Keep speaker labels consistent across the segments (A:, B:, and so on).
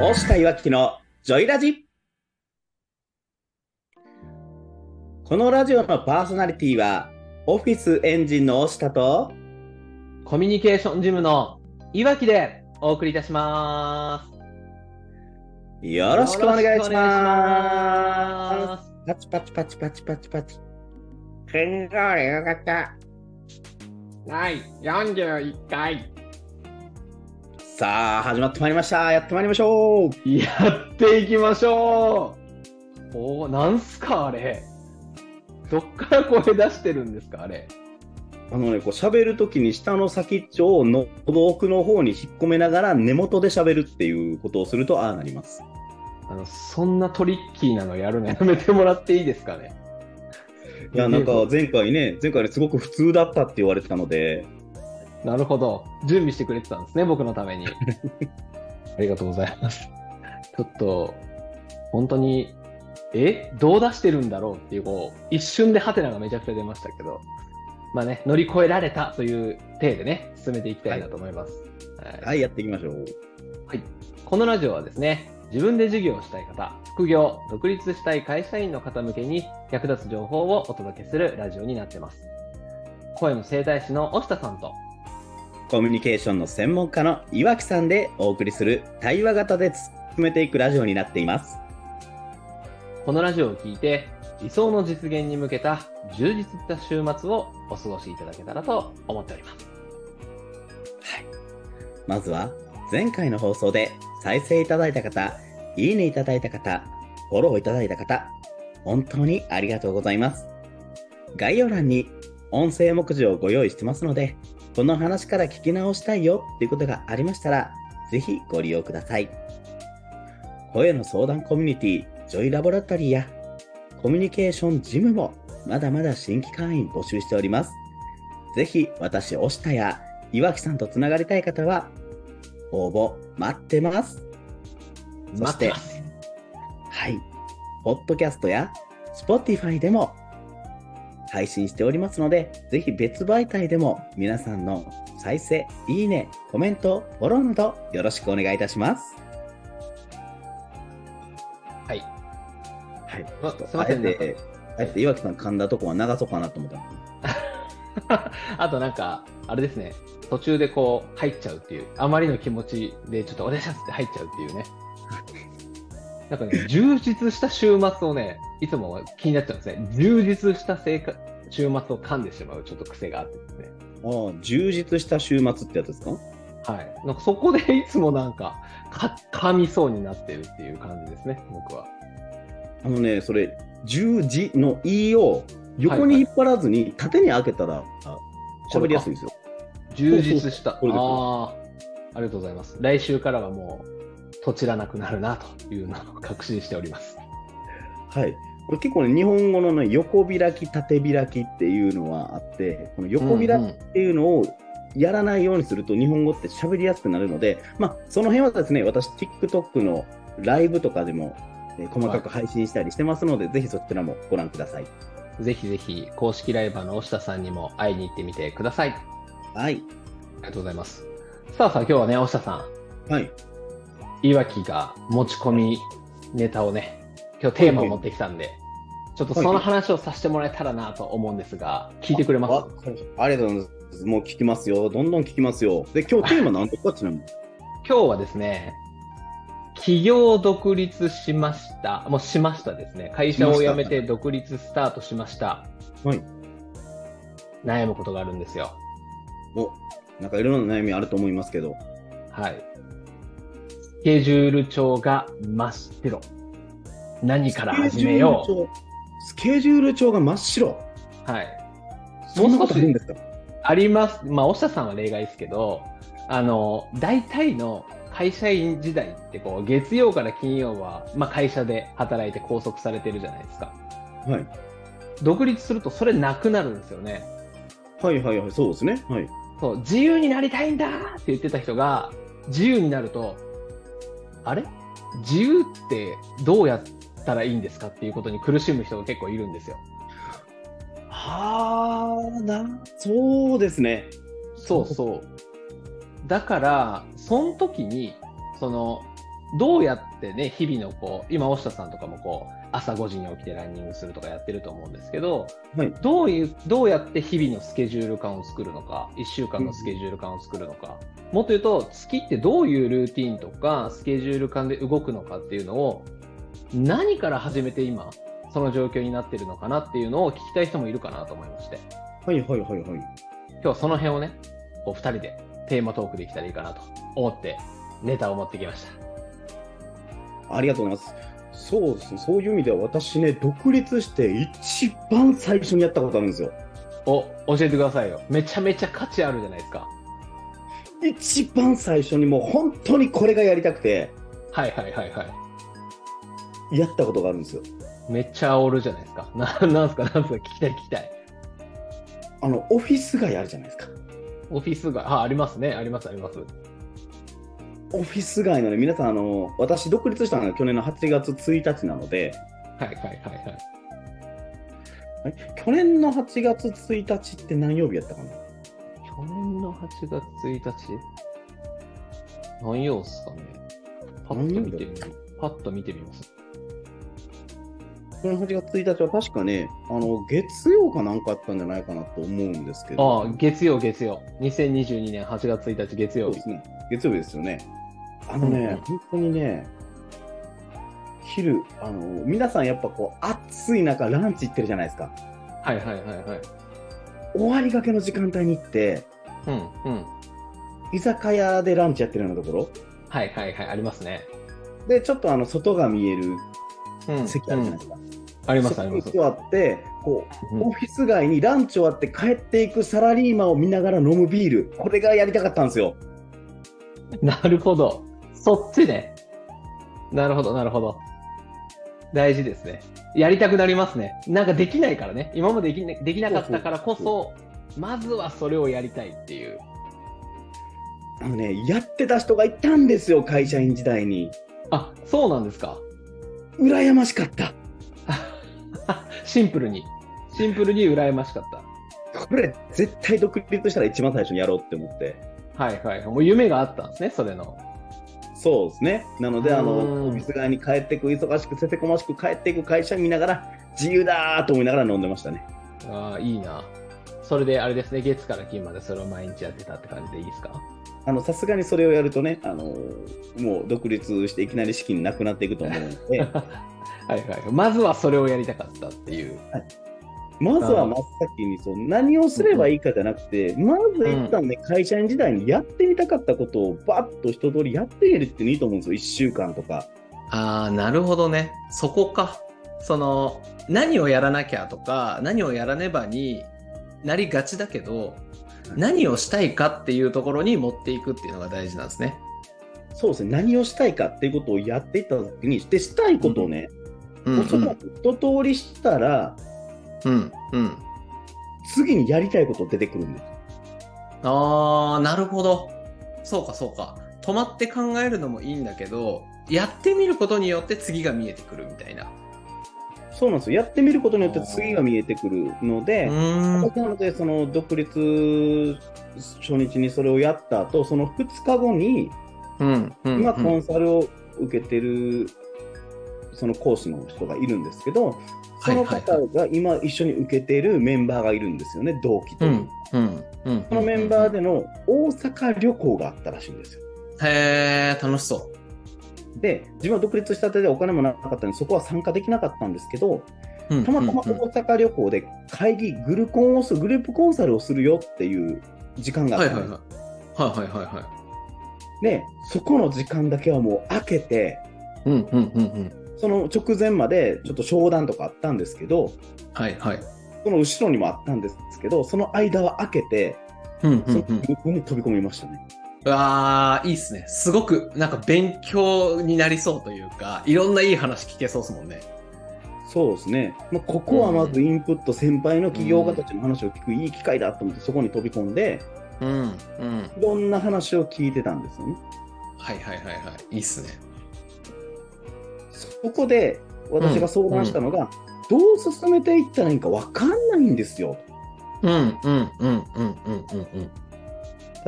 A: 大下いわきのジョイラジこのラジオのパーソナリティはオフィスエンジンの大下と
B: コミュニケーションジムのいわきでお送りいたします。
A: よろしくお願いし
B: よろしくお願いし
A: ま
B: ます。
A: すパチパチパチパチパチパチ健康でよかった
B: 第41回。
A: さあ始まってまいりましたやってまいりましょう
B: やっていきましょうおお、なんすかあれ。どっから声出してるんですかあれ。
A: あのね、こう喋るときに舌の先っちょを喉奥の方に引っ込めながら根元で喋るっていうことをするとああなります。
B: あの、そんなトリッキーなのやるのやめてもらっていいですかね
A: いや、なんか前回ね、前回ねすごく普通だったって言われてたので、
B: なるほど。準備してくれてたんですね、僕のために。 ありがとうございます。ちょっと、本当に、えどう出してるんだろうっていう、こう、一瞬でハテナがめちゃくちゃ出ましたけど、まあね、乗り越えられたという体でね、進めていきたいなと思います。はい
A: はい、やっていきましょう。
B: このラジオはですね、自分で事業をしたい方、副業、独立したい会社員の方向けに役立つ情報をお届けするラジオになってます。声の整体師の押下さんと、
A: コミュニケーションの専門家の岩木さんでお送りする対話型で進めていくラジオになっています。
B: このラジオを聞いて、理想の実現に向けた充実した週末をお過ごしいただけたらと思っております。
A: まずは、前回の放送で再生いただいた方、いいねいただいた方、フォローいただいた方、本当にありがとうございます。概要欄に音声目次をご用意してますので、この話から聞き直したいよっていうことがありましたら、ぜひご利用ください。声の相談コミュニティ、ジョイラボラトリーや、コミュニケーションジムも、まだまだ新規会員募集しております。ぜひ、私、押下や、岩木さんとつながりたい方は、応募待ってます。そ
B: 待
A: し
B: って
A: て
B: ま、す。
A: はい。ポッドキャストや Spotify でも配信しておりますので、ぜひ別媒体でも皆さんの再生、いいね、コメント、フォローなどよろしくお願いいたします。
B: はい。
A: はい。
B: あ
A: ちょっと
B: すいません
A: あえて、あえて岩木さん噛んだとこは流そうかなと思ったんです
B: あとなんか、あれですね、途中でこう入っちゃうっていう、あまりの気持ちでちょっとお願いしますって入っちゃうっていうね。 なんかね、充実した週末をね、いつもは気になっちゃうんですね。充実した生活、週末を噛んでしまうちょっと癖があってですね。
A: ああ、充実した週末ってやつですか
B: はい。なんかそこでいつもなんか、か、噛みそうになってるっていう感じですね、僕は。
A: あのね、それ、十字の E を横に引っ張らずに縦に開けたら、あ喋りやすいですよ。
B: 充実した。あ
A: そうそうそう
B: あー、ありがとうございます。来週からはもう、とちらなくなるなというのを確信しております。
A: はい。これ結構ね、日本語のね、横開き、縦開きっていうのはあって、この 横開き
B: う
A: っ
B: んうん
A: ていうのをやらないようにすると、日本語って喋りやすくなるので、まあ、その辺はですね、私、TikTok のライブとかでも、えー細かく配信したりしてますので、ぜひそちらもご覧ください。
B: ぜひぜひ、公式ライバーの押下さんにも会いに行ってみてください。あ
A: はい。
B: りがとうございます。さあさあ、今日はね、押下さ
A: はい。
B: ん、いわきが持ち込みネタをね、今日テーマを持ってきたんで、ちょっとその話をさせてもらえたらなと思うんですが、聞いてくれます
A: あありがとうございます。もう聞きますよ。どんどん聞きますよ。で、今日テーマ何ですかちな みに。
B: 今日はですね、企業独立しました。もうしましたですね。会社を辞めて独立スタートしました。
A: はい。
B: 悩むことがあるんですよ。
A: お、なんかいろんな悩みあると思いますけど。
B: はい。スケジュール帳が真っ白。何から始めよう。
A: う。スケジュール帳が真っ白。
B: はい。
A: そんなことあるんですか
B: あります。まあ、押下さんは例外ですけど、あの、大体の会社員時代ってこう、月曜から金曜は、まあ、会社で働いて拘束されてるじゃないですか。
A: はい。
B: 独立するとそれなくなるんですよね。
A: はいはいはい、そうですね。はい。
B: そう、自由になりたいんだって言ってた人が、自由になると、あれ自由ってどうやったらいいんですかっていうことに苦しむ人が結構いるんですよ。
A: はあ、な、そうですね。
B: そうそう。だから、その時に、その、
C: どうやってね、日々のこう、今、押下さんとかもこう、朝5時に起きてランニングするとかやってると思うんですけど、
A: はい
C: どういう、どうやって日々のスケジュール感を作るのか、1週間のスケジュール感を作るのか、もっと言うと、月ってどういうルーティンとか、スケジュール感で動くのかっていうのを、何から始めて今、その状況になってるのかなっていうのを聞きたい人もいるかなと思いまして、
A: はいはいはいはい。
C: 今日はその辺をね、こう2人でテーマトークできたらいいかなと思って、ネタを持ってきました。
A: ありがとうございます。そうですね、そういう意味では私ね、独立して一番最初にやったことあるんですよ。
C: お、教えてくださいよ。めちゃめちゃ価値あるじゃないですか。
A: 一番最初にもう本当にこれがやりたくて、
C: はいはいはいはい。
A: やったことがあるんですよ。
C: めっちゃ煽るじゃないですか。 な、なんすか、なんすか、聞きたい聞きたい。
A: あの、オフィス街あるじゃないですか。
C: オフィス街、あ、ありますね。ありますあります。
A: オフィス街のね、皆さん、あの、私独立したのが去年の8月1日なので、
C: はいはいはいはい。
A: え去年の8月1日って何曜日やったかな
C: 去年の8月1日何曜っすかね。パッと見てみる。パッと見てみます。
A: 去年8月1日は確かね、あの、月曜かなんかあったんじゃないかなと思うんですけど。
C: ああ、月曜月曜。2022年8月1日月
A: そう
C: 曜
A: で
C: 日。
A: すね。月曜日ですよね。あのね、本当にね、昼、あの、皆さんやっぱこう、暑い中、ランチ行ってるじゃないですか。
C: はいはいはいはい。
A: 終わりがけの時間帯に行って、
C: うんうん。
A: 居酒屋でランチやってるようなとこ
C: はいはいはい。ありますね。
A: ろ。で、ちょっとあの、外が見える
C: うん。
A: 席あるじゃないですか。
C: うんありますあります
A: そ。こに座って、こう、
C: うん
A: オフィス街にランチ終わって帰っていくサラリーマンを見ながら飲むビール、これがやりたかったんですよ。
C: なるほど。そっちね。なるほど、なるほど。大事ですね。やりたくなりますね。なんかできないからね。今まででき,、できなかったからこ
A: そうそ
C: そ、まずはそれをやりたいっていう。
A: あのね、やってた人がいたんですよ、会社員時代に。
C: あ、そうなんですか。
A: 羨ましかった。
C: シンプルに。シンプルに羨ましかっ
A: これ、絶対独立したら一番最初にやろうって思って。
C: た。はいはい。もう夢があったんですね、それの。
A: そうですね。なので、あ
C: うん
A: の、オフィス街に帰ってく、忙しく、せせこましく帰っていく会社見ながら、自由だーと思いながら飲んでましたね。
C: ああ、いいな。それであれですね、月から金までそれを毎日やってたって感じでいいですか
A: あの、さすがにそれをやるとね、あの、もう独立していきなり資金なくなっていくと思うの で、
C: はいはい。まずはそれをやりたかったっていう。
A: まずは真っ先にそう何をすればいいかじゃなくて、まず一旦ね、会社員時代にやってみたかったことをバッと一通りやってみるっていうのいいと思うんですよ、1週間とか。
B: ああ、なるほどね。そこか。その、何をやらなきゃとか、何をやらねばになりがちだけど、何をしたいかっていうところに持っていくっていうのが大事なんですね。
A: そうですね、何をしたいかっていうことをやっていった時に、でしたいことをね、
B: うん、う
A: おそら
B: ん。
A: く一通りしたら、
B: うん、うん。
A: 次にやりたいこと出てくるんです。
B: ああ、なるほど。そうか、そうか。止まって考えるのもいいんだけど、やってみることによって次が見えてくるみたいな。
A: そうなんですよ、やってみることによって次が見えてくるの
B: う
A: で、
B: ーん。
A: なので、その独立初日にそれをやった後、その2日後に、
B: うん、うん。
A: 今
B: う
A: コ
B: ん
A: ンサルを受けてるその講師の人がいるんですけどその方が今一緒に受けてるメンバーがいるんですよね同期と、
B: うん、うん、うん。
A: そのメンバーでの大阪旅行があったらしいんですよ
B: へえ、楽しそ
A: で自分は独立したてでお金もなかったのでそこは参加できなかったんですけど
B: ううん。
A: たまたま
B: うんうん
A: 大阪旅行で会議グルコンをするグループコンサルをするよっていう時間があ
B: は
A: っ
B: い
A: た
B: はい
A: んで
B: はい。
A: す
B: はいはいはいは
A: でそこの時間だけはもう空けて
B: い。うんうんうんうん。
A: その直前までちょっと商談とかあったんですけど、
B: はいはい。
A: その後ろにもあったんですけど、その間は開けて、
B: うんう
A: そ
B: ん
A: の
B: うん。
A: 向こうに飛び込みましたね。
B: うわー、いいっすね。すごく、なんか勉強になりそうというか、いろんないい話聞けそうっすもんね。
A: そうですね、まあ、ここはまずインプット、先輩の起業家たちの話を聞くいい機会だと思って、そこに飛び込んで、
B: うんうん。
A: いろんな話を聞いてたんですよね。
B: はいはいはいはい。いいっすね。
A: そこで私が相談したのが、どう進めていったらいいんか分かんないんですよ。
B: うんうんうんうんうんうんうん。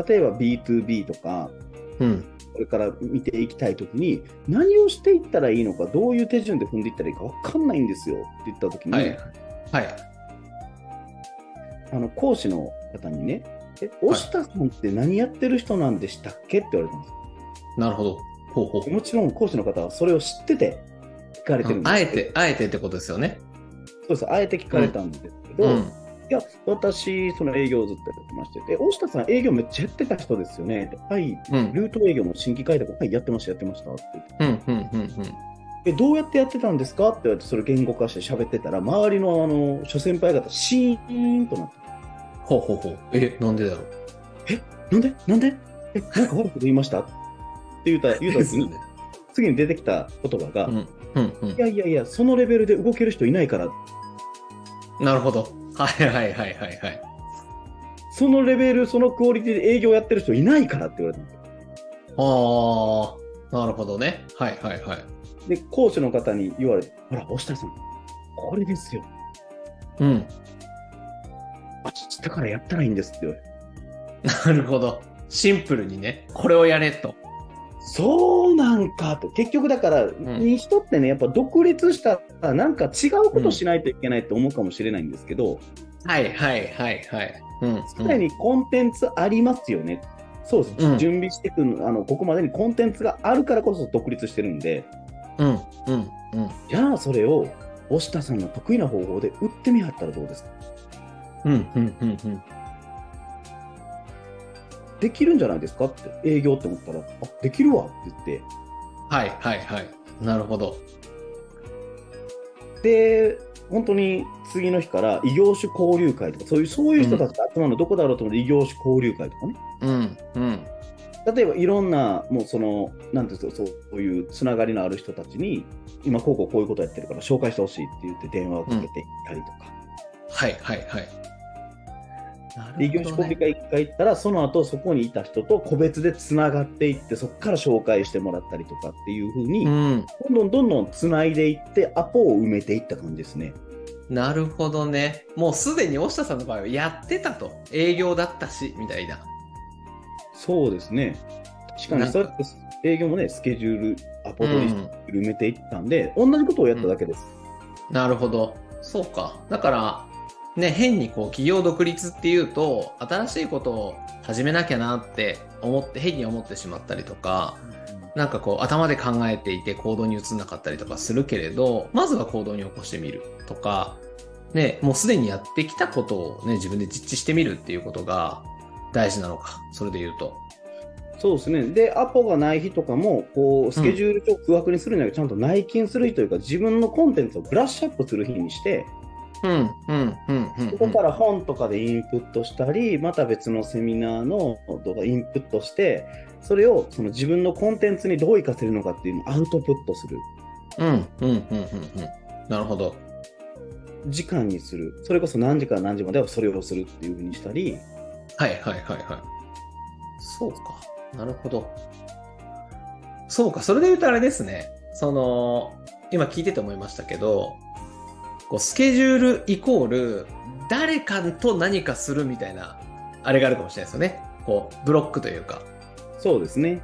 A: 例えば B2B とか、
B: うん。
A: これから見ていきたいときに、何をしていったらいいのか、どういう手順で踏んでいったらいいか分かんないんですよって言ったときに、
B: はい。はい。
A: あの講師の方にね、え、押田さんって何やってる人なんでしたっけって言われたんです
B: なるほど。ほうほう
A: よ。もちろん講師の方はそれを知ってて聞かれてるんです
B: あえて、あえてってことですよね。
A: そうです、あえて聞かれたんですけど、
B: う
A: い
B: ん。
A: や、私、その営業をずっとやってまして、え、押田さん営業めっちゃやってた人ですよねってはい、
B: うん。
A: ルート営業の新規開拓、はい、やってました、やってましたって言って。
B: うん。うん。うん。うん。
A: えどうやってやってたんですかって言われてそれ言語化して喋ってたら周りのあの諸先輩方シーンとなって
B: ほうほうほう。え、なんでだろう。
A: なんでなんでえなんか悪いこと言いましたって言う た言うた時に次に出てきた言葉が、
B: う
A: い
B: ん。うん。うん。
A: やいやいやそのレベルで動ける人いないから
B: なるほど。はいはいはいはいはい。
A: そのレベルそのクオリティで営業やってる人いないからって言われたんですよ
B: ああ、なるほどね。はいはいはい。
A: で講師の方に言われてほら押田さんこれですよ
B: うん。
A: 明日からやったらいいんですって言われて
B: なるほど。シンプルにね、これをやれと。
A: そうなんかって結局だから、
B: ん
A: 人ってねやっぱ独立したらなんか違うことしないといけないって思うかもしれないんですけど、
B: はいはいはいはい。うん。
A: 常にコンテンツありますよね、そうです、
B: うん
A: 準備してくるあのここまでにコンテンツがあるからこそ独立してるんで
B: うん。うん。うん。
A: じゃあそれを押田さんの得意な方法で売ってみはったらどうですか
B: うん。うん。うん。うん。
A: できるんじゃないですかって営業って思ったらあできるわって言って
B: はいはいはい。なるほど。
A: で本当に次の日から異業種交流会とかそういうそういう人たちが集まるのどこだろうと思って異業種交流会とかね
B: うん。うん。
A: 例えばいろんなもうそのなんていうんですかそういうつながりのある人たちに今こうこうこういうことやってるから紹介してほしいって言って電話をかけていったりとか、
B: はいはいはい。な
A: で異業種交流
B: ね。
A: 会1回行ったらその後そこにいた人と個別でつながっていってそこから紹介してもらったりとかっていうふうに、
B: うん。
A: どんどんどんどんつないでいってアポを埋めていった感じですね。
B: なるほどね。もうすでに押下さんの場合はやってたと。営業だったし、みたいな。
A: そうですね確か
B: な
A: に
B: んか
A: そうやって営業もねスケジュールアポ取り
B: うん
A: 埋めていったんで、同じことをやっただけです。
B: なるほど。そうか。だから、ね、変にこう、企業独立っていうと、新しいことを始めなきゃなって思って、変に思ってしまったりとか、なんかこう、頭で考えていて行動に移んなかったりとかするけれど、まずは行動に起こしてみるとか、ね、もうすでにやってきたことをね、自分で実地してみるっていうことが大事なのか。それで言うと。
A: そうですね。で、アポがない日とかも、こう、スケジュール帳を空白にするんじゃなくて、ちゃんと内勤する日というか、自分のコンテンツをブラッシュアップする日にして、
B: うん、うん、うん、うん。
A: そこから本とかでインプットしたり、また別のセミナーの動画インプットして、それをその自分のコンテンツにどう活かせるのかっていうのをアウトプットする、
B: うん、うん、うん、うん、うん。なるほど。
A: 時間にする、それこそ何時から何時まではそれをするっていうふうにしたり、
B: はいはいはいはい。そうか。なるほど。そうか。それで言うとあれですね。その、今聞いてて思いましたけど、こうスケジュールイコール、誰かと何かするみたいな、あれがあるかもしれないですよね。こう、ブロックというか。
A: そうですね。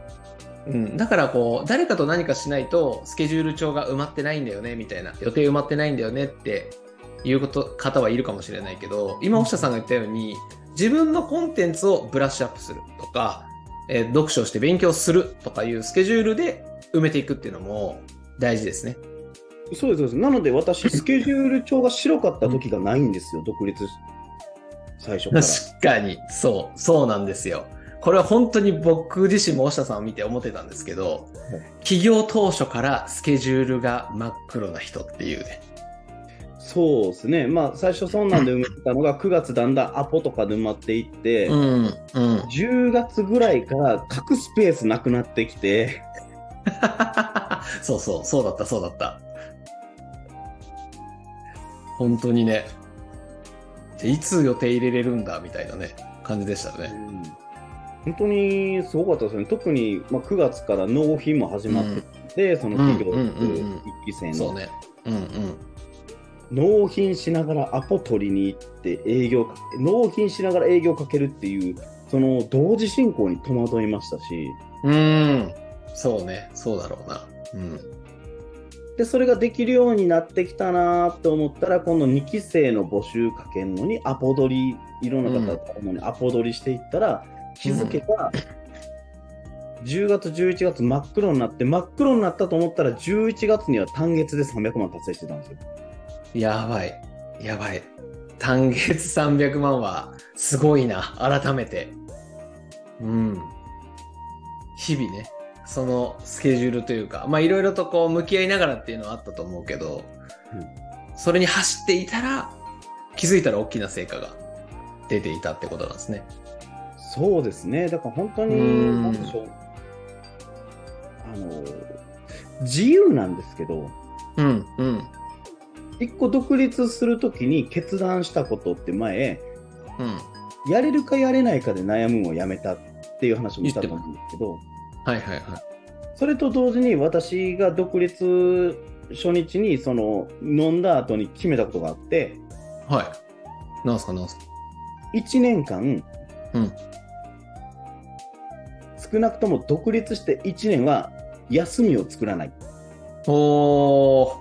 B: うん、だからこう誰かと何かしないとスケジュール帳が埋まってないんだよねみたいな予定埋まってないんだよねっていうこと方はいるかもしれないけど今押下さんが言ったように自分のコンテンツをブラッシュアップするとか、えー読書をして勉強するとかいうスケジュールで埋めていくっていうのも大事ですね。
A: そうですそうです。なので、私、スケジュール帳が白かった時がないんですよ、独立し最初から。
B: 確かにそうそうなんですよ。これは本当に僕自身も押下さんを見て思ってたんですけど、
A: はい
B: 起業当初からスケジュールが真っ黒な人っていうね。
A: そうですね、まあ、最初、そんなんで埋めてたのが、9月、だんだんアポとかで埋まっていって、
B: うんうん、
A: 10月ぐらいから書くスペースなくなってきて、
B: そうそう、そうだった、そうだった。本当にね。でいつ予定入れれるんだみたいなね、感じでしたね。
A: 本当にすごかったですね、特に、まあ、9月から納品も始まってて、その企業
B: うんうんうんうん
A: 一期生
B: そう
A: の
B: ね。うんうん。
A: 納品しながらアポ取りに行って営業か納品しながら営業かけるっていう、そその同時進行に戸惑いましたし、
B: うーん。そうね。そうだろうな。うん。
A: で、それができるようになってきたなーって思ったら、今度2期生の募集かけんのに、アポ取り、いろんな方が主にアポ取りしていったら、気づけば、10月、11月真っ黒になって、真っ黒になったと思ったら、11月には単月で300万達成してたんですよ。
B: やばい。やばい。単月300万はすごいな。改めて。うん。日々ね。そのスケジュールというか、まあいろいろとこう向き合いながらっていうのはあったと思うけど、
A: うん
B: それに走っていたら、気づいたら大きな成果が出ていたってことなんですね。
A: そうですね、だから本当
B: う
A: に、
B: ん
A: なんでしょう、あの自由なんですけど、
B: うん、うん、
A: 一個独立するときに決断したことって前、
B: うん。
A: やれるかやれないかで悩むのをやめたっていう話もしたと思うんですけど、
B: はいはいはい。
A: それと同時に私が独立初日にその飲んだ後に決めたことがあって、
B: はい。なんすかなんすか。
A: 1年間、
B: うん
A: 少なくとも独立して1年は休みを作らない。
B: おー、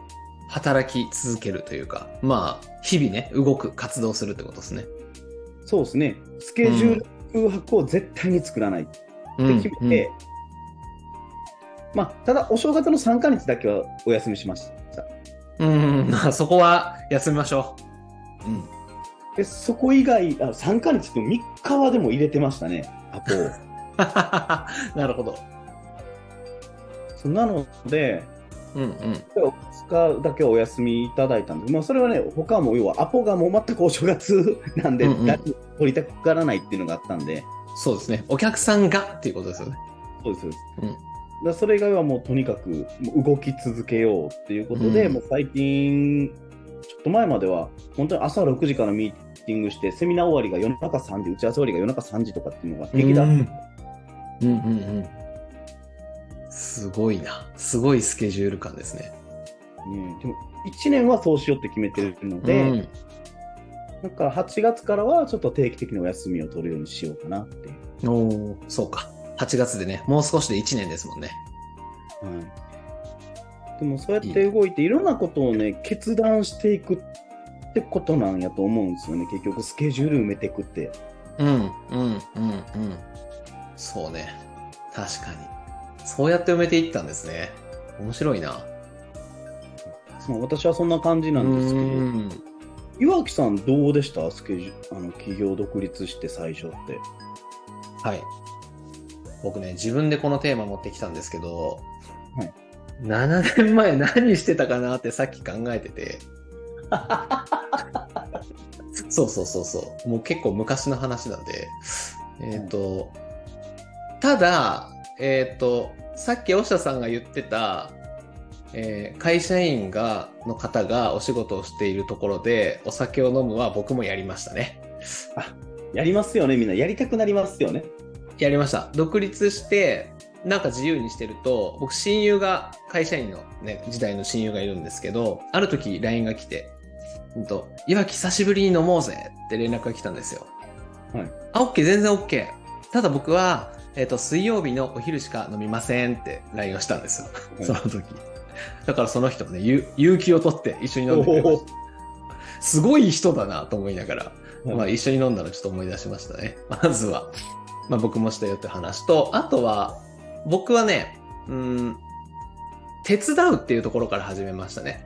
B: 働き続けるというか、まあ、日々ね、動く、活動するってことですね。
A: そうですね、スケジュール空白を絶対に作らないって
B: うん
A: 決めて、まあ、ただ、お正月の3か月だけはお休みしました。
B: うん、うんまあ、そこは休みましょう。うん。
A: でそこ以外、あ3か月って3日はでも入れてましたね、アポ を
B: なるほど。
A: そうなので、
B: うんうん。
A: 2日だけお休みいただいたんですまあ、それはね、他も要はアポがもう全くお正月 なんで、
B: うんうん
A: 誰も取りたくからないっていうのがあったんで、
B: そうですね。お客さんがっていうことですよね。
A: そうです、そうです。
B: うん
A: だからそれ以外はもうとにかくもう動き続けようっていうことで、
B: うん
A: もう最近、ちょっと前までは、本当に朝6時からミーティングして、セミナー終わりが夜中3時、打ち合わせ終わりが夜中3時とかっていうのが劇
B: う
A: 団
B: んうんうんうん。すごいな。すごいスケジュール感ですね。
A: うんでも1年はそうしようって決めてるので、
B: うん
A: だから8月からはちょっと定期的にお休みを取るようにしようかなっていう。
B: おーそうか。8月でね、もう少しで1年ですもんね。
A: はい、でもそうやって動いていろんなことをね決断していくってことなんやと思うんですよね結局スケジュール埋めていくって。
B: うんうんうんうん。そうね。確かに。そうやって埋めていったんですね。面白いな。
A: まあ、私はそんな感じなんですけ
B: う
A: ど
B: ん
A: 岩城さんどうでしたスケジュあの企業独立して最初って。
B: はい。僕ね、自分でこのテーマ持ってきたんですけど、
A: はい
B: 7年前何してたかなってさっき考えてて。そうそうそうそう。もう結構昔の話なんで。えっ、と、ただ、えっ、と、さっきおしゃさんが言ってた、えー会社員が、の方がお仕事をしているところでお酒を飲むは僕もやりましたね。
A: やりますよねみんなやりたくなりますよね。
B: やりました独立してなんか自由にしてると僕親友が会社員の、ね、時代の親友がいるんですけどある時 LINE が来て「うんといわき久しぶりに飲もうぜ」って連絡が来たんですよ。
A: はい、
B: あ OK 全然 OK ただ僕は、えっと水曜日のお昼しか飲みませんって LINE をしたんですよ、
A: はい
B: その時だからその人もね有有給を取って一緒に飲んでくれましたすごい人だなと思いながら
A: はい
B: まあ、一緒に飲んだのちょっと思い出しましたね。 まずは、まあ、僕もしたよって話と、あとは、僕はね、うん、手伝うっていうところから始めましたね。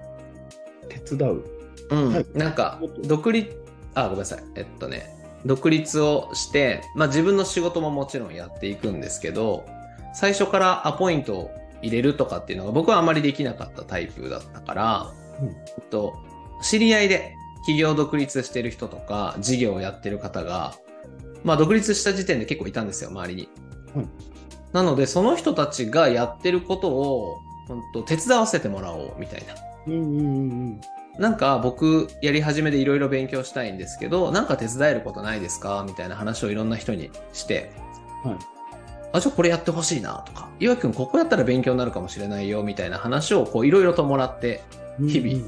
A: 手伝う。
B: うん、
A: はい
B: なんか独立あごめんなさいえっとね独立をして、まあ、自分の仕事ももちろんやっていくんですけど最初からアポイントを入れるとかっていうのが僕はあまりできなかったタイプだったから、
A: うん
B: えっと、知り合いで企業独立してる人とか事業をやってる方が、まあ、独立した時点で結構いたんですよ周りに。
A: うん
B: なのでその人たちがやってることをうんと手伝わせてもらおうみたいな
A: うんうんうん
B: なんか僕やり始めでいろいろ勉強したいんですけど、なんか手伝えることないですかみたいな話をいろんな人にして、
A: はい
B: あ、じゃあこれやってほしいなとか、岩木くんここやったら勉強になるかもしれないよみたいな話をこういろいろともらって
A: うん。
B: 日々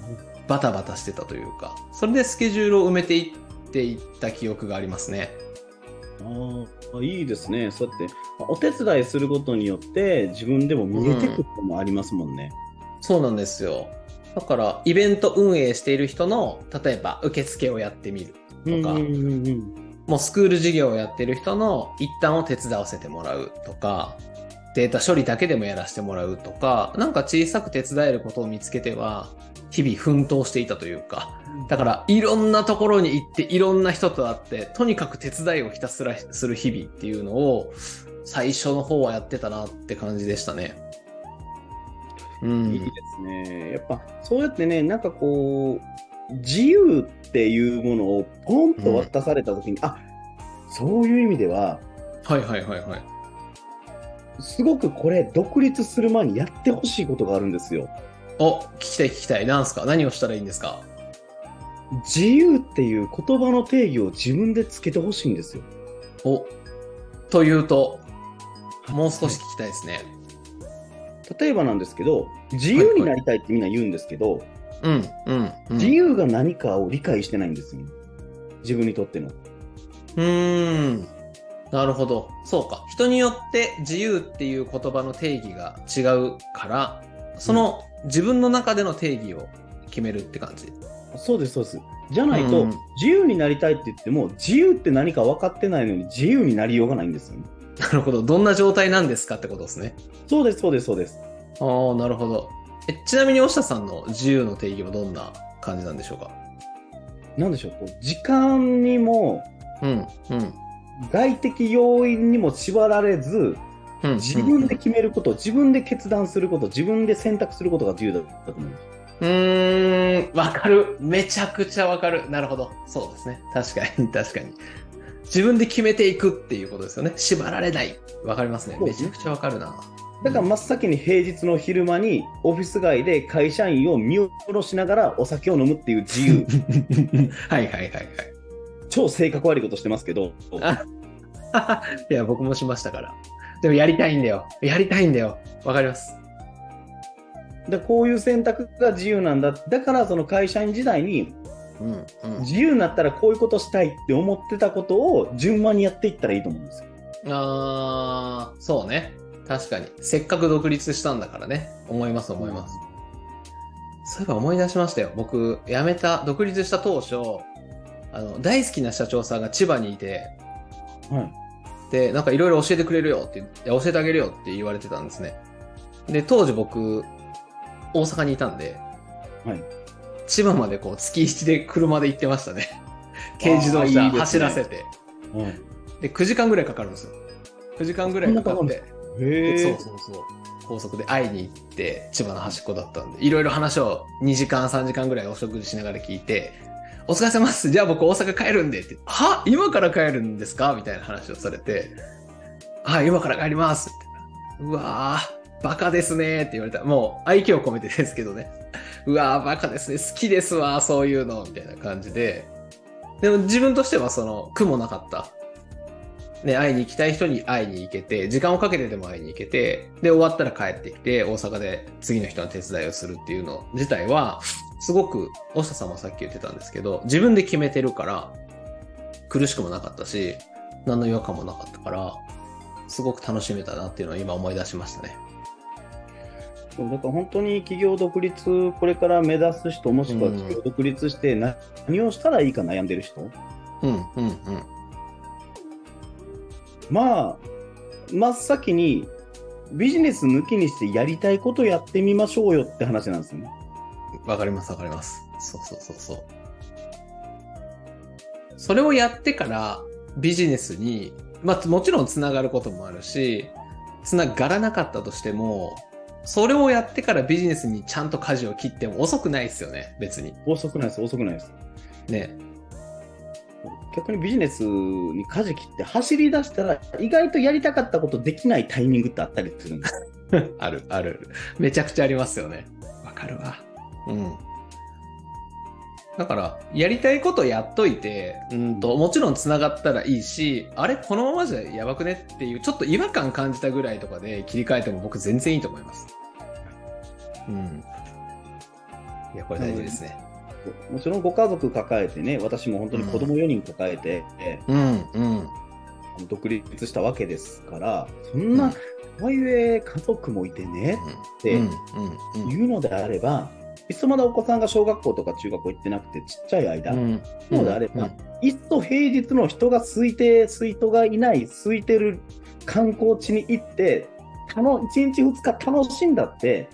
B: バタバタしてたというか、それでスケジュールを埋めていっていった記憶がありますね。
A: ああいいですね、そうやってまあお手伝いすることによって自分でも見えてくることもありますもんね。
B: そうなんですよ。だから、イベント運営している人の、例えば受付をやってみるとか、
A: うんうんうん
B: もうスクール事業をやってる人の一端を手伝わせてもらうとか、データ処理だけでもやらせてもらうとか、なんか小さく手伝えることを見つけては、日々奮闘していたというか、だからいろんなところに行っていろんな人と会って、とにかく手伝いをひたすらする日々っていうのを、最初の方はやってたなって感じでしたね。
A: い
B: う
A: いで
B: ん。
A: すね。やっぱそうやってね、なんかこう、自由っていうものをポンと渡されたときに、あそういう意味では、
B: はいはいはいはい。
A: すごくこれ、独立する前にやってほしいことがあるんですよ。
B: お、聞きたい聞きたい。なんすか何をしたらいいんですか
A: 自由っていう言葉の定義を自分でつけてほしいんですよ。
B: お、というと、もう少し聞きたいですね。
A: 例えばなんですけど、自由になりたいってみんな言うんですけど、
B: うん、うん。うん
A: 自由が何かを理解してないんですよね。自分にとっての。
B: うーん。なるほど。そうか。人によって自由っていう言葉の定義が違うから、その自分の中での定義を決めるって感じ。
A: そうです、そうです。じゃないと、
B: うん
A: 自由になりたいって言っても、自由って何か分かってないのに、自由になりようがないんですよね。
B: なるほど。どんな状態なんですかってことですね。
A: そうです、そうです、そうです。
B: ああ、なるほど。えちなみに、おしたさんの自由の定義はどんな感じなんでしょうか
A: なんでしょう、こう時間にも、
B: うん、うん。
A: 外的要因にも縛られず、
B: うん、
A: 自分で決めること、自分で決断すること、自分で選択することが自由だったと思うんです。
B: うーん、わかる。めちゃくちゃわかる。なるほど。そうですね。確かに、 確かに。自分で決めていくっていうことですよね。縛られない。わかりますね。
A: そう
B: め
A: です
B: ちゃ
A: ね
B: くちゃわかるな。
A: だから真っ先に平日の昼間にオフィス街で会社員を見下ろしながらお酒を飲むっていう自由
B: はいはいはいはい
A: 超性格悪いことしてますけど
B: あ。ははいや、僕もしましたから。でもやりたいんだよ。やりたいんだよ。わかります。
A: でこういう選択が自由なんだだからその会社員時代に
B: うん、うん。
A: 自由になったらこういうことしたいって思ってたことを順番にやっていったらいいと思うんですよ
B: あー、そうね。確かに。せっかく独立したんだからね。思います思います。そういえば思い出しましたよ。僕、辞めた、独立した当初、あの、大好きな社長さんが千葉にいて、
A: はい
B: で、なんかいろいろ教えてくれるよって、いや教えてあげるよって言われてたんですね。で、当時僕、大阪にいたんで、
A: はい
B: 千葉までこう、月一で車で行ってましたね。軽自 動
A: あーいいです
B: 車
A: ね
B: 走らせて。
A: はい
B: で、9時間ぐらいかかるんですよ。9時間ぐらいかか
A: そん
B: っ
A: な
B: て。
A: へ
B: そ
A: え
B: うそうそう。高速で会いに行って、千葉の端っこだったんで、いろいろ話を2時間、3時間ぐらいお食事しながら聞いて、お疲れ様です。じゃあ僕大阪帰るんでって、は今から帰るんですかみたいな話をされて、はい、今から帰ります。みたいなうわー、バカですねって言われた。もう愛嬌込めてですけどね。うわー、バカですね。好きですわ、そういうの。みたいな感じで。でも自分としてはその苦もなかった。ね、会いに行きたい人に会いに行けて、時間をかけてでも会いに行けて、で、終わったら帰ってきて、大阪で次の人の手伝いをするっていうの自体は、すごく、大下さんもさっき言ってたんですけど、自分で決めてるから、苦しくもなかったし、何の違和感もなかったから、すごく楽しめたなっていうのを今思い出しましたね。
A: そうだから本当に企業独立これから目指す人もしくは
B: うん
A: 企業独立してな何をしたらいいか悩んでる人
B: うん、うん、うん。
A: まあ真っ先にビジネス抜きにしてやりたいことやってみましょうよって話なんですよね
B: わかりますわかります。そうそうそうそう。それをやってからビジネスに、まあもちろんつながることもあるし、つながらなかったとしても、それをやってからビジネスにちゃんと舵を切っても遅くないですよね、別に。
A: 遅くないです遅くないです
B: ね。
A: 逆にビジネスに舵切って走り出したら意外とやりたかったことできないタイミングってあったりするんです
B: ある、ある。めちゃくちゃありますよね。わかるわ。うん。だから、やりたいことやっといて、うんと、もちろん繋がったらいいし、あれこのままじゃやばくねっていう、ちょっと違和感感じたぐらいとかで切り替えても僕全然いいと思います。うん。いや、これ大事ですね。
A: もちろんご家族抱えてね私も本当に子供4人抱えて、
B: うん、うん。
A: 独立したわけですから、そんな、とはいえ家族もいてねって
B: うん
A: いううのであれば、いっそまだお子さんが小学校とか中学校行ってなくて、ちっちゃい間、
B: ん
A: そうであれば、いっそ平日の人が空いて、水筒がいない、空いてる観光地に行って、たの1日2日楽しんだって、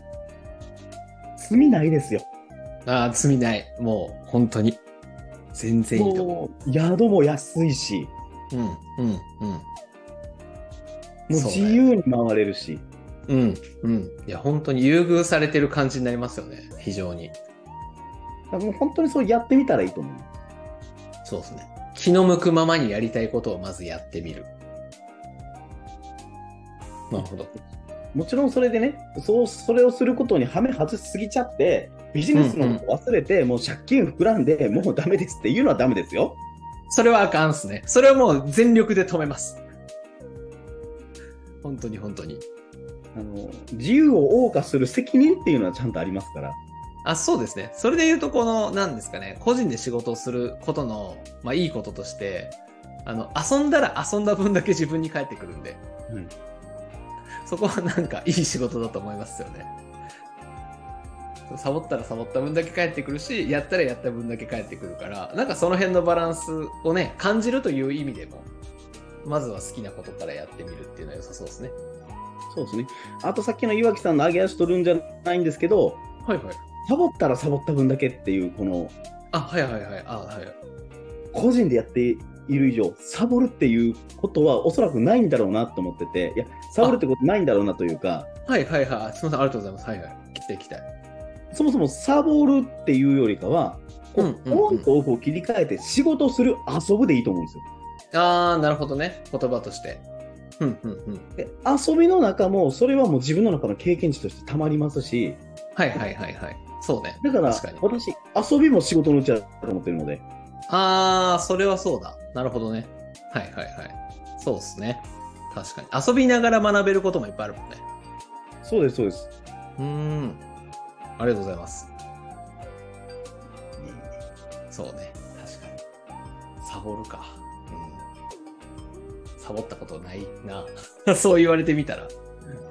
A: 罪ないですよ。
B: ああ罪ないもう本当に全然いいと思
A: もう宿も安いし、
B: ううんうんうん
A: もう
B: そう
A: 自
B: だよ
A: 由に回れるし、
B: うんうんいや本当に優遇されてる感じになりますよね非常に
A: もう本当にそうやってみたらいいと思う。
B: そうですね気の向くままにやりたいことをまずやってみるなるほど
A: もちろんそれでね、そうそれをすることにハメ外しすぎちゃって、ビジネスのこと忘れて、もう借金膨らんで、もうダメですっていうのはダメですよ。
B: それはあかんっすねそれはもう全力で止めます本当に本当に
A: あの自由を謳歌する責任っていうのはちゃんとありますから。
B: あそうですね。それで言うと、この、なんですかね、個人で仕事をすることの、まあ、いいこととして、あの、遊んだら遊んだ分だけ自分に返ってくるんで、
A: うん
B: そこはなんかいい仕事だと思いますよね。サボったらサボった分だけ返ってくるし、やったらやった分だけ返ってくるから、なんかその辺のバランスをね、感じるという意味でも、まずは好きなことからやってみるっていうのは良さそうですね。
A: そうですね。あとさっきの岩城さんの上げ足取るんじゃないんですけど、
B: はいはい。
A: サボったらサボった分だけっていう、この
B: あ、はいはいはい。あ、はい。
A: 個人でやっている以上、サボるっていうことはおそらくないんだろうなと思ってて、いや、サボるってことないんだろうなというか、
B: はいはいはい。すみません、ありがとうございます。はいはい。来ていきたい。
A: そもそもサボるっていうよりかは、こ
B: うんうん
A: う
B: うん
A: オンとオフを切り替えて仕事する遊ぶでいいと思うんですよ。
B: ああ、なるほどね。言葉として。うんうんうん。
A: で遊びの中も、それはもう自分の中の経験値としてたまりますし、
B: はいはいはいはい。そうね。
A: だから
B: 確かに
A: 私、遊びも仕事のうちだと思ってるので、
B: ああ、それはそうだ。なるほどね。はいはいはい。そうですね。確かに。遊びながら学べることもいっぱいあるもんね。
A: そうです、そうです。
B: うーん。ありがとうございます。そうね。確かに。サボるか。うん。サボったことないな。 そう言われてみたら。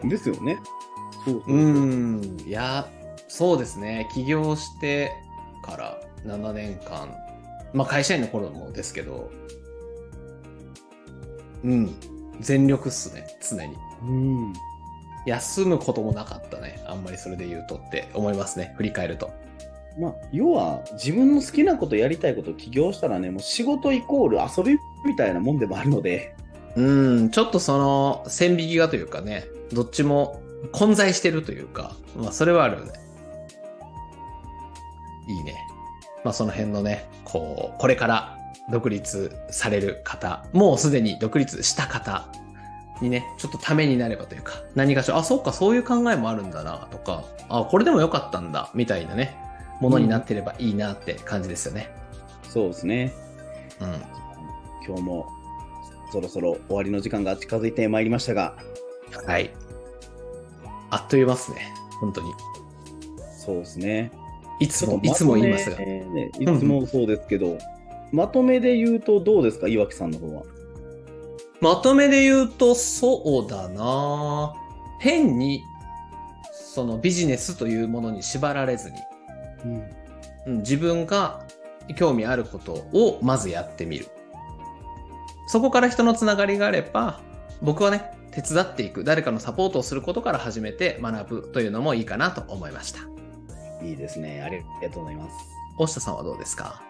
A: ですよね。そうそう
B: うーん、いや、そうですね。起業してから7年間、まあ会社員の頃もですけど、うん、全力っすね、常に。
A: うん
B: 休むこともなかったね。あんまりそれで言うとって思いますね、振り返ると。
A: まあ、要は自分の好きなことやりたいことを起業したらねもう仕事イコール遊びみたいなもんでもあるので
B: うん、ちょっとその線引きがというかね、どっちも混在してるというか、まあそれはあるよね。いいね。まあその辺のね、こう、これから独立される方、もうすでに独立した方にね、ちょっとためになればというか、何かしら、あ、そうか、そういう考えもあるんだな、とか、あ、これでもよかったんだ、みたいなね、ものになってればいいなって感じですよね。
A: そうですね
B: うん
A: 今日もそろそろ終わりの時間が近づいてまいりましたが
B: はい。あっという間っすね。本当に。
A: そうですね
B: いつも、
A: ち
B: い
A: ょっ
B: つ
A: とま
B: も
A: とめ
B: 言いますが。
A: ねいつもそうですけど、まとめで言うとどうですか岩城さんの方は
B: まとめで言うと、そうだな変に、そのビジネスというものに縛られずに、うん、自分が興味あることをまずやってみる。そこから人のつながりがあれば、僕はね、手伝っていく、誰かのサポートをすることから始めて学ぶというのもいいかなと思いました。
A: いいですねありがとうございます
B: 大下さんはどうですか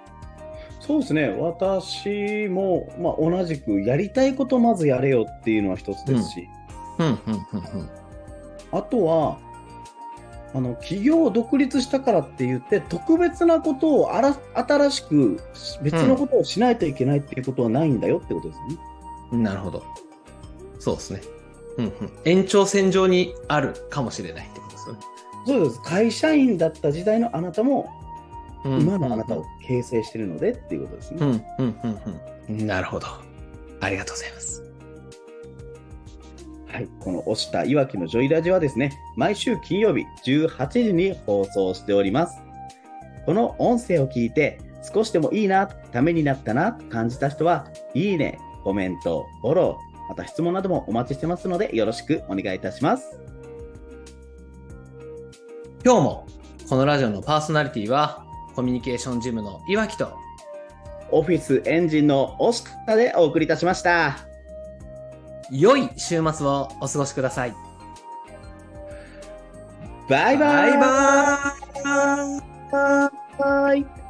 A: そうですね私も、まあ、同じくやりたいことまずやれよっていうのは一つですし、
B: うん、うん、うん、
A: あとは、あの、企業を独立したからって言って、特別なことをあら新しく、別のことをしないといけないっていうことはないんだよってことですよね。
B: うん。なるほど。そうですね。うん、うん。延長線上にあるかもしれないってことですよね。
A: そうです。会社員だった時代のあなたも、
B: うん
A: 今のあなたを形成してるのでっていうことです
B: う
A: ね。
B: んうんうんうんなるほどありがとうございます
A: はい。この押したいわきのジョイラジはですね、毎週金曜日18時に放送しております。この音声を聞いて、少しでもいいな、ためになったな、感じた人は、いいね、コメント、フォロー、また質問などもお待ちしてますので、よろしくお願いいたします。
B: 今日もこのラジオのパーソナリティはコミュニケーションジムの岩木と
A: オフィスエンジンの押したでお送りいたしました。
B: 良い週末をお過ごしください。
A: バイバイ
B: バイバーイ
A: バイバイ